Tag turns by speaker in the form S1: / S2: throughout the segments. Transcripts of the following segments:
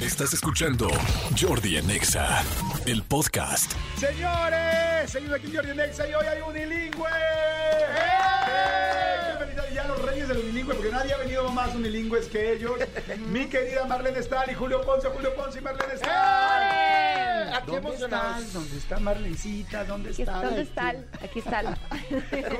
S1: Estás escuchando Jordi en Exa, el podcast.
S2: Señores, seguimos aquí en Jordi Nexa y hoy hay unilingüe. ¡Eh! ¡Qué felicidad! Ya los reyes del unilingüe, porque nadie ha venido más unilingües que ellos. Mi querida Marlene Stahl y Julio Ponce, Julio Ponce y Marlene Stahl.
S3: ¡Eh! Aquí
S2: ¿Dónde
S3: emocionados.
S2: estás? ¿Dónde está Marlencita? ¿Dónde
S3: Aquí está,
S2: está?
S3: ¿Dónde está? Aquí está.
S2: ¿Cómo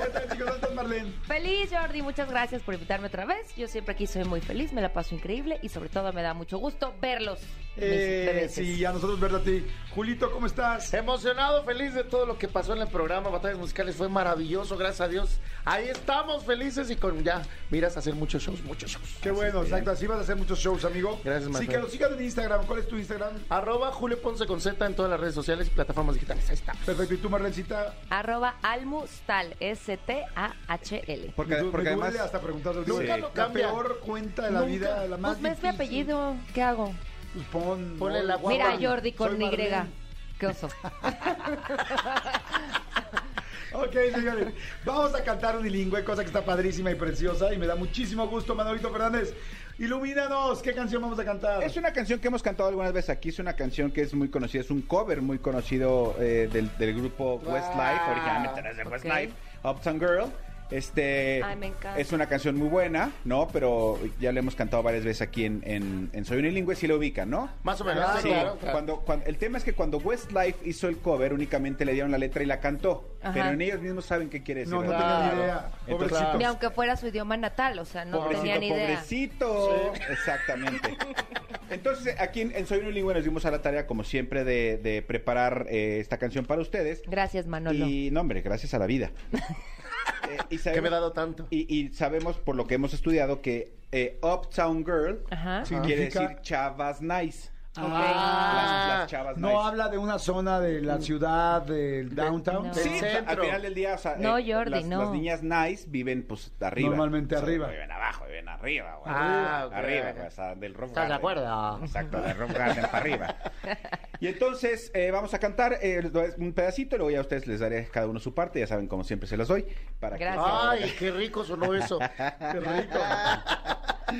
S2: están, chicos? ¿Dónde estás, Marlene?
S3: feliz, Jordi. Muchas gracias por invitarme otra vez. Yo siempre aquí soy muy feliz, me la paso increíble y sobre todo me da mucho gusto verlos. mis
S2: Eh,
S3: bebeses.
S2: sí, a nosotros, ¿verdad? a ti. Julito, ¿cómo
S4: Eh,
S2: estás?
S4: Emocionado, feliz de todo lo que pasó en el programa Batallas Musicales, fue maravilloso, gracias a Dios. Ahí estamos felices y con ya miras a hacer muchos shows, muchos shows.
S2: Qué bueno, exacto. Así vas a hacer muchos shows, amigo.
S4: Gracias,
S2: Sí,
S4: Marlene.
S2: que lo sigan en Instagram. ¿Cuál es tu Instagram?
S4: Arroba Julio Ponce con Z en todas las redes sociales y plataformas digitales. Ahí estamos.
S2: Perfecto. ¿Y tú, Marlencita?
S3: Arroba Almustal, S-T-A-H-L.
S5: Porque,
S2: me, du-
S5: porque
S2: me duele
S5: además,
S2: hasta preguntar.
S4: Nunca lo
S2: La
S4: cambia.
S2: peor cuenta de la
S4: Nunca.
S2: vida, la más
S3: Pues me es mi
S2: difícil.
S3: apellido, ¿qué hago?
S2: Pues pon,
S4: Ponle
S2: no,
S4: la guapa.
S3: Mira,
S4: Juan,
S3: Jordi con
S2: soy
S3: Y.
S2: Marlene.
S3: Qué oso.
S2: Ok, señores, vamos a cantar unilingüe, cosa que está padrísima y preciosa y me da muchísimo gusto, Manolito Fernández. Ilumínanos, ¿qué canción vamos a cantar?
S5: es una canción que hemos cantado algunas veces aquí, es una canción que es muy conocida, es un cover muy conocido eh, del, del grupo Westlife, originalmente era de
S3: Ok.
S5: Westlife, Uptown Girl. Este
S3: Ay, me encanta.
S5: es una canción muy buena, ¿no? Pero ya la hemos cantado varias veces aquí en, en, en Soy Unilingüe, si lo ubican, ¿no? Ah,
S4: Más o menos.
S2: Claro,
S4: sí,
S2: claro,
S5: Cuando, cuando- el tema es que cuando Westlife hizo el cover, únicamente le dieron la letra y la cantó.
S3: Ajá.
S5: Pero ni ellos mismos saben qué quiere decir.
S2: no, no
S5: ¿verdad?
S4: Claro.
S2: tenía ni idea.
S5: Entonces,
S2: Pobrecitos.
S3: Ni aunque fuera su idioma natal, o sea, no tenía
S5: Pobrecito,
S3: ni idea.
S5: pobrecito. Exactamente. Entonces, aquí en, en Soy Unilingüe nos dimos a la tarea, como siempre, de, de preparar eh, esta canción para ustedes.
S3: Gracias, Manolo.
S5: Y, no, hombre, gracias a la vida. Eh, y
S4: Que me he dado tanto.
S5: y- y sabemos, por lo que hemos estudiado, que eh, Uptown Girl
S3: Ajá.
S2: Sí.
S5: quiere
S2: Significa-
S5: decir chavas nice.
S4: Ah.
S5: Las- las chavas
S2: No
S5: nice. Mm.
S2: habla de una zona de la ciudad, del downtown.
S3: No.
S5: Sí,
S4: del
S5: pero al
S4: centro.
S5: final del día, o sea, eh,
S3: No, Jordi,
S5: las,
S3: no.
S5: las niñas nice viven pues arriba.
S2: Normalmente
S5: O sea,
S2: arriba.
S5: no Viven abajo, viven arriba, güey.
S4: Ah, ok.
S5: Arriba, güey, o sea, del rock
S4: ¿Estás de
S5: garden.
S4: acuerdo?
S5: Exacto, del rock garden para arriba. Y entonces eh, vamos a cantar eh, un pedacito, luego ya a ustedes les daré cada uno su parte, ya saben como siempre se las doy, para
S3: Gracias.
S4: Ay, qué rico sonó eso.
S2: Qué rico.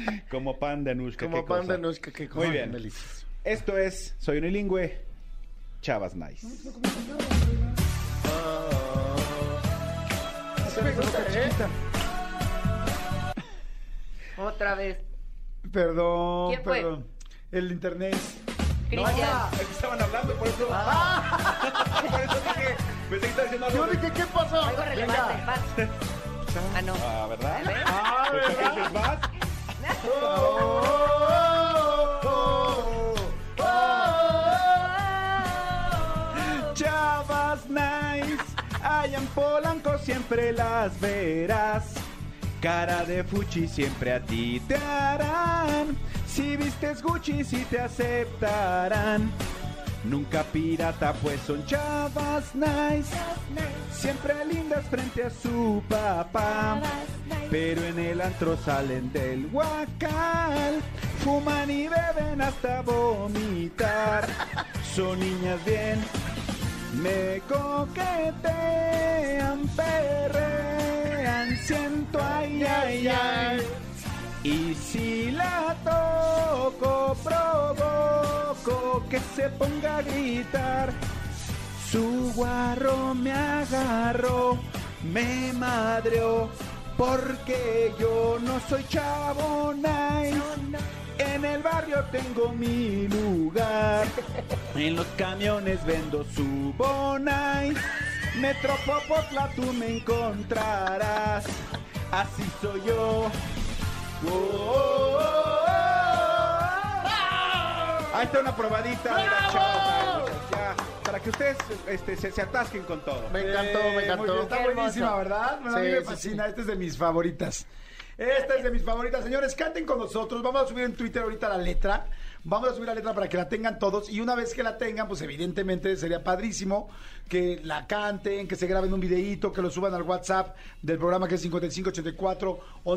S5: que como pan de Anushka,
S4: Como
S5: qué cosa.
S4: panda, no es que qué cosa
S5: Muy bien.
S4: tan deliciosa.
S5: Esto es Soy Unilingüe, Chavas Nice.
S4: Se me gusta, ¿eh?
S3: Otra vez.
S2: Perdón,
S3: ¿Quién fue?
S2: perdón. El internet.
S3: Cristian.
S5: Es que estaban hablando, por eso... por eso dije, me estoy diciendo algo.
S4: Ah. Yo dije, ¿qué pasó?
S3: Algo relevante, vas. Ah, no.
S5: Ah, ¿verdad?
S2: Ah,
S5: Pues, ¿qué
S2: ¿verdad?
S5: dices, vas? Chavas nice, allá en Polanco siempre las verás. Cara de fuchi siempre a ti te harán. Si vistes Gucci sí te aceptarán. Nunca pirata pues son chavas nice. Siempre lindas frente a su papá. Pero en el antro salen del huacal. Fuman y beben hasta vomitar. Son niñas bien me coquetean, perrean, siento ay, ay, ay. Y si la toco, provoco que se ponga a gritar. Su guarro me agarró, me madreó, porque yo no soy chavo nice. En el barrio tengo mi lugar, en los camiones vendo su bonai. Metropopotla tú me encontrarás, así soy yo. Oh, oh, oh, oh. Ahí está una probadita de la chava, ya, para que ustedes este, se, se atasquen con todo.
S4: Me encantó,
S2: Eh,
S4: me
S2: muy bien,
S4: encantó.
S2: Está buenísima, ¿verdad? Bueno, a mí
S4: Sí,
S2: me
S4: sí,
S2: fascina. Esta este es de mis favoritas. Esta es de mis favoritas. Señores, canten con nosotros. Vamos a subir en Twitter ahorita la letra. Vamos a subir la letra para que la tengan todos. Y una vez que la tengan, pues evidentemente sería padrísimo que la canten, que se graben un videíto, que lo suban al WhatsApp del programa que es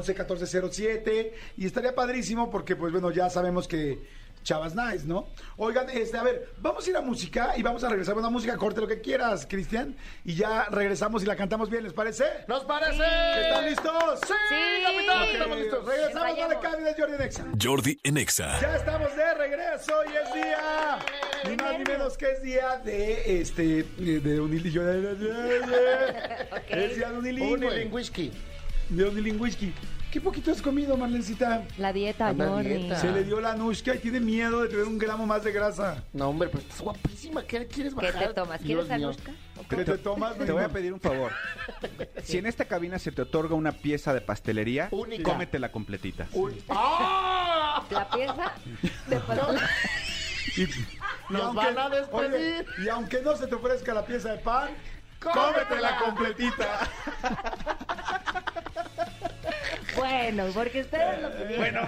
S2: 5584-111407. Y estaría padrísimo porque, pues bueno, ya sabemos que Chavas Nice, ¿no? Oigan, este, a ver, vamos a ir a música y vamos a regresar. Bueno, a música, corte lo que quieras, Cristian. Y ya regresamos y la cantamos bien, ¿les parece?
S4: ¿Nos parece?
S2: ¿Están listos?
S4: Sí,
S3: Sí.
S4: capitán,
S3: Ok.
S4: estamos listos.
S2: Regresamos,
S3: Vayamos.
S2: dale cambio de Jordi Nexa.
S1: Jordi en Exa.
S2: Ya estamos de regreso. Señores, hoy es día, ni más ni menos que es día de este, de unilingüe.
S3: Ok.
S2: Es día de unilingüe.
S4: Unilingüisqui.
S2: De unilingüisqui. ¿Qué poquito has comido, Marlencita?
S3: La dieta,
S4: Anda
S3: Jordi.
S4: dieta.
S2: Se le dio la nushka y tiene miedo de tener un gramo más de grasa.
S4: No, hombre, pero estás guapísima. ¿Qué quieres
S3: ¿Qué
S4: bajar?
S3: te tomas?
S4: Dios
S3: ¿Quieres
S4: mío.
S3: anushka?
S2: ¿Te, te tomas?
S5: Te voy a pedir un favor. Si en esta cabina se te otorga una pieza de pastelería,
S4: Única.
S5: cómetela completita.
S4: Un- ¡Ah!
S3: La pieza de pastel.
S2: Y
S4: Nos van a despedir.
S2: oye, y aunque no se te ofrezca la pieza de pan, cómetela completita.
S3: Bueno, porque ustedes lo pidieron.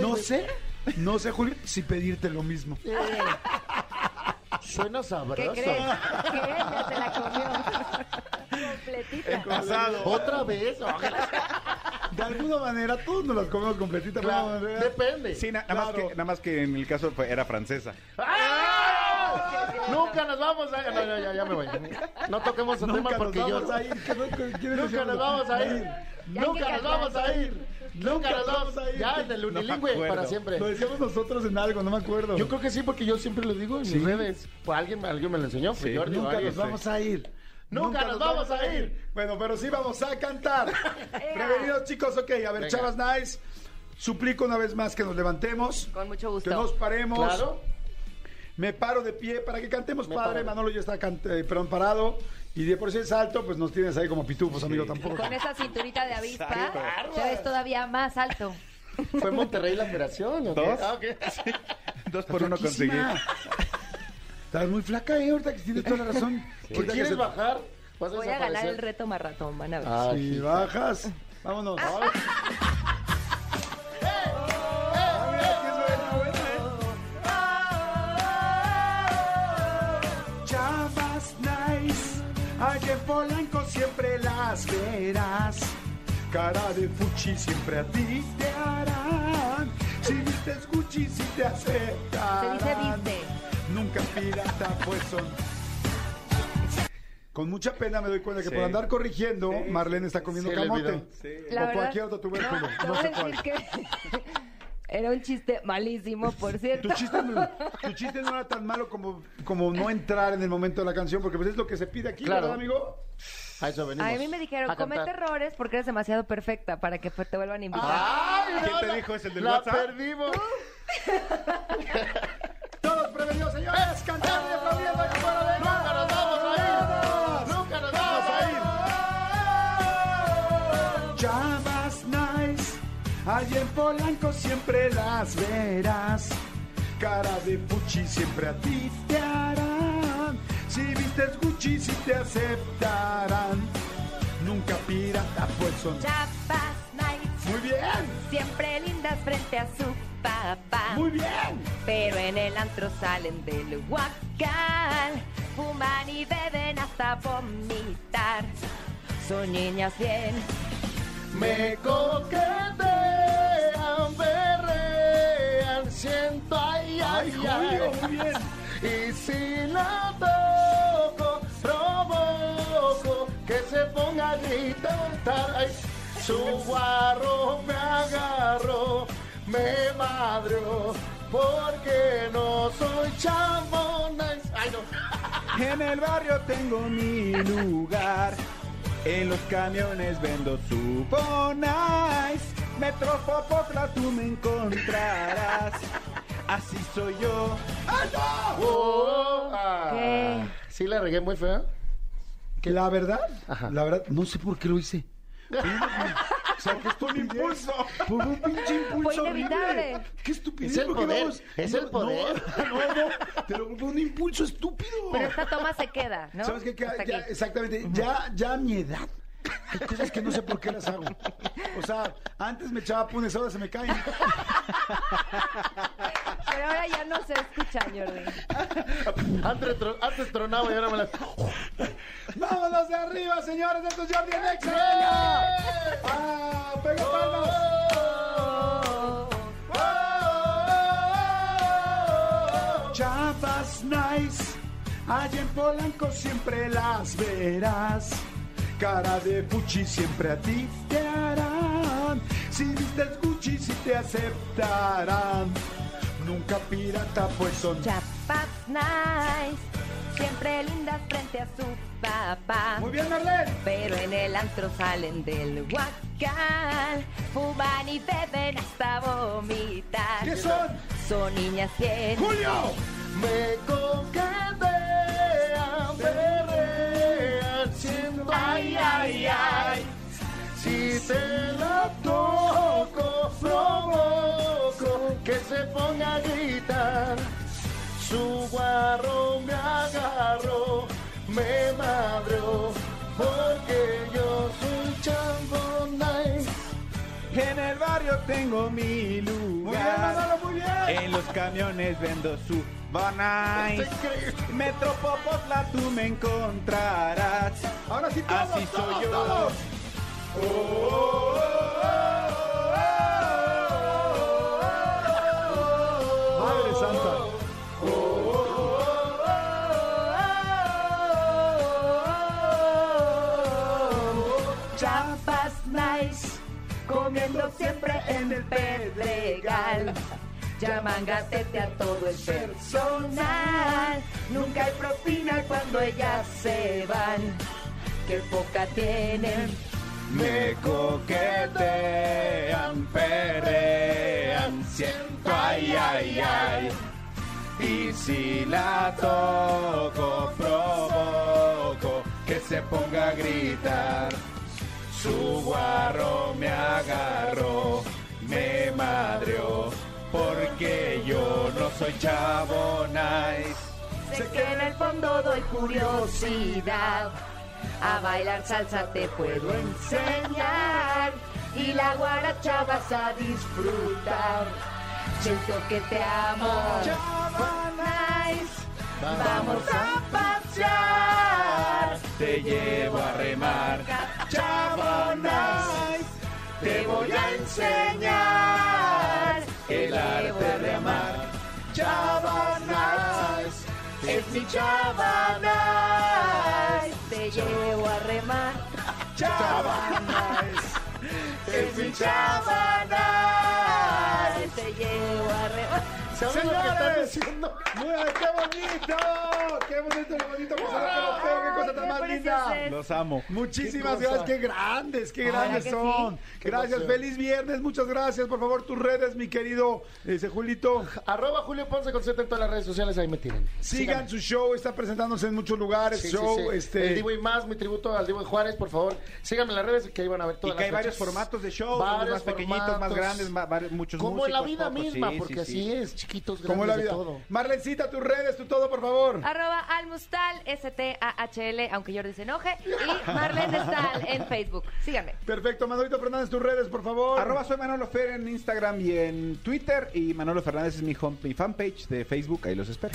S2: No sé, no sé, Julio, si pedirte lo mismo.
S4: Suena
S3: ¿Qué
S4: sabroso.
S3: crees? Que ella se la comió
S2: Eh,
S3: completita.
S4: ¿Otra vez?
S2: De alguna manera, todos nos las comemos completita. pero
S4: Claro,
S2: de alguna manera-
S4: Depende.
S5: Sí, na- nada, más
S2: Claro.
S5: que, nada más que en el caso fue- era francesa.
S4: ¡Ah! Nunca nos vamos a... No, ya, ya, ya me voy. No toquemos el tema
S2: Nunca nos
S4: porque yo...
S2: vamos a ir. que no- que- ¿quién es el
S4: Nunca nos
S2: señor?
S4: vamos a ir.
S3: Ya hay
S4: Nunca
S3: que
S4: nos vamos a
S3: casarse.
S4: ir. Nunca nos vamos a ir. Ya, en el
S5: No me
S4: unilingüe
S5: acuerdo.
S4: para siempre.
S2: Lo decíamos nosotros en algo, no me acuerdo.
S4: Yo creo que sí, porque yo siempre lo digo en mis redes. Pues alguien, alguien me lo enseñó. fue
S5: Sí.
S4: Jordi
S2: Nunca
S4: Valle,
S2: nos
S4: sí.
S2: vamos a ir.
S4: Nunca nos vamos a ir.
S2: Bueno, pero sí vamos a cantar. Prevenidos, chicos. Ok, a ver,
S4: Venga.
S2: chavas nice. Suplico una vez más que nos levantemos.
S3: Con mucho
S2: Que nos
S3: gusto.
S2: paremos.
S4: Claro.
S2: Me paro de pie para que cantemos,
S4: Me
S2: padre.
S4: paro.
S2: Manolo ya está can- eh, perdón, parado. Y de por sí es alto, pues nos tienes ahí como pitufos, amigo, tampoco.
S3: Con esa cinturita de
S5: Exacto.
S3: avispa, te ves todavía más alto.
S4: Fue en Monterrey la operación. ¿o qué?
S5: ¿Dos?
S4: Ah, ok.
S5: Dos por uno conseguí.
S2: Flaquísima. Estás muy flaca, eh, ahorita que tienes toda la razón.
S4: Si
S2: Ahorita que
S4: quieres
S2: se-
S4: bajar, vas a
S3: Voy a ganar el
S4: desaparecer.
S3: reto maratón, van a ver.
S4: Ah,
S2: Si
S4: sí.
S2: bajas, vámonos.
S3: Ah.
S5: Chavas nice, allá en Polanco siempre las verás. Cara de fuchi siempre a ti te harán. Si viste Gucci, si te
S3: Se
S5: aceptarán.
S3: dice viste.
S2: Nunca pirata, pues son. Con mucha pena me doy cuenta que
S5: Sí.
S2: por andar corrigiendo, Marlene está comiendo
S4: Se le
S2: camote.
S4: olvidó.
S3: La
S2: o
S3: verdad-
S2: cualquier otro tubérculo,
S3: te
S2: no,
S3: voy a
S2: sé
S3: decir
S2: cuál.
S3: que era un chiste malísimo, por
S2: Tu
S3: cierto.
S2: chiste, no, tu chiste no era tan malo como, como no entrar en el momento de la canción, porque pues es lo que se pide aquí,
S4: Claro.
S2: ¿verdad, amigo?
S4: A eso venimos.
S3: a mí me dijeron,
S4: A
S3: comete
S4: cantar.
S3: errores porque eres demasiado perfecta para que te vuelvan a invitar.
S2: ¡Ah!
S4: ¡Ay,
S5: ¿Quién
S4: no,
S5: te
S4: la-
S5: dijo? ¿Es el del
S4: la
S5: WhatsApp?
S4: perdimos.
S2: Todos prevenidos, señores, cantando y aplaudiendo aquí fuera de
S4: ¡Nunca nos vamos a ir! ¡Nunca nos vamos a ir!
S5: Chavas nice, allá en Polanco siempre las verás. Cara de fuchi siempre a ti te harán. Si vistes Gucci, si te aceptarán. Nunca pirata, pues son.
S3: Chapas, nice,
S2: Muy bien,
S3: siempre lindas frente a su papá.
S2: muy bien.
S3: Pero en el antro salen del huacal, fuman y beben hasta vomitar. Son niñas bien,
S4: Me coquetean, berrean, siento ay,
S2: Ay,
S4: ay,
S2: Julio,
S4: ay.
S2: muy bien.
S4: Y si la toco, provoco que se ponga a gritar. Ay, su guarro me agarró, me madreó, porque no soy chamona. Ay, no.
S5: En el barrio tengo mi lugar. En los camiones vendo suponais. Metro Popotla tú me encontrarás. Así soy yo.
S4: Oh, ah.
S3: ¿Qué?
S4: Sí la regué muy feo.
S2: La verdad,
S4: Ajá.
S2: la verdad, no sé por qué lo hice. O sea, que esto
S5: impulso.
S2: Por un pinche impulso.
S3: Fue inevitable.
S2: horrible. Qué estupidez.
S4: Es el
S2: ¿por qué
S4: poder,
S2: vamos?
S4: es el poder.
S2: No, no, no, pero fue un impulso estúpido.
S3: pero esta toma se queda, ¿no?
S2: ¿Sabes qué? Que
S3: Hasta
S2: ya-
S3: aquí.
S2: exactamente. Ya, ya a mi edad. Hay cosas que no sé por qué las hago. O sea, antes me echaba punes, ahora se me caen.
S3: Pero ahora ya no se escucha, Jordi.
S4: Antes, tro- antes tronaba y ahora me la.
S2: ¡Vámonos de arriba, señores! ¡Esto es Jordi en Exa, venga! ¡Ah, pega palmas!
S5: Chavas nice, allá en Polanco siempre las verás. Cara de Gucci siempre a ti te harán. Si vistes Gucci,
S2: si te aceptarán. Nunca pirata, pues son.
S3: Chapas nice, siempre lindas frente a su papá.
S2: Muy bien, Marlene.
S3: Pero en el antro salen del huacal, fuman y beben hasta vomitar.
S2: ¿Qué son?
S3: Son niñas bien.
S2: ¡Julio!
S4: Me coquetean, perrean, siento ay, ay, ay. Si te la toco, provoco que se ponga a gritar. Su guarro me agarró, me madreó, porque yo soy chambo nice.
S5: En el barrio tengo mi
S2: Muy bien,
S5: lugar.
S2: Manolo, muy bien.
S5: En los camiones vendo su banais.
S4: Está increíble.
S5: Metropopotla tú me encontrarás.
S2: Ahora sí, todos,
S5: Así
S2: todos,
S5: soy yo.
S2: todos. Madre santa.
S3: Chapas nice, comiendo siempre en el pedregal. Llaman gatete a todo el personal. Nunca hay propina cuando ellas se van. Qué poca tienen.
S5: Me coquetean, perrean, siento ay, ay, ay. Y si la toco, provoco que se ponga a gritar. Su guarro me agarró, me madreó, porque yo no soy chavo nice.
S3: Sé que en el fondo doy curiosidad. A bailar salsa te puedo enseñar. Y la guaracha vas a disfrutar. Siento que te amo. Nice. Vamos a pasear.
S5: Te llevo a remar, chavo nice. Te voy a enseñar el arte de amar. Chavanas, es mi chavanas,
S3: Nice. Te llevo a remar.
S5: chavanas, es mi chavanas.
S3: Nice. Te llevo a remar.
S4: ¿Sabes lo que están
S2: Señores.
S4: diciendo?
S2: Muy bien, ¡Qué bonito! ¡Qué bonito, qué bonito! Pues, ahora que los veo, ¡Qué cosa tan
S3: Ay,
S2: más
S3: qué
S2: linda!
S3: preciosa.
S5: Los amo.
S2: Muchísimas
S4: Qué cosa.
S2: gracias, qué grandes, qué
S3: ¿verdad
S2: grandes
S3: que
S2: son.
S4: Qué
S2: gracias,
S4: emoción.
S2: feliz viernes, muchas gracias. Por favor, tus redes, mi querido dice Julito.
S4: Arroba Julio Ponce con Z en todas las redes sociales, ahí me tienen.
S2: Sigan su show, está presentándose en muchos lugares.
S4: Sí, sí,
S2: show,
S4: sí.
S2: este.
S4: El Divo y más, mi tributo al Divo y Juárez, por favor. Síganme en las redes que ahí van a ver
S5: Y
S4: todas
S5: que hay
S4: las
S5: varios
S4: fechas.
S5: formatos de shows,
S4: Varios
S5: más pequeñitos, más
S4: formatos.
S5: grandes, ma- vari- muchos
S4: Como en la vida
S5: músicos, pocos,
S4: misma,
S5: sí, sí,
S4: porque
S5: sí.
S4: así es, chiquitos, grandes,
S2: Como la vida.
S4: de todo. Ah.
S2: Marlencita, tus redes, tu todo, por favor.
S3: Arroba almustal, S-T-A-H-L, aunque Jordi se enoje. Y Marlene Stal en Facebook. Síganme.
S2: Perfecto, Manolito Fernández, tus redes, por favor.
S5: Arroba soy Manolo Fer en Instagram y en Twitter. Y Manolo Fernández es mi, home, mi fanpage de Facebook. Ahí los espero.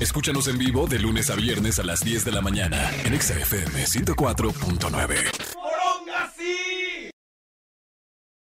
S1: Escúchanos en vivo de lunes a viernes a las 10 de la mañana en Exa FM 104.9.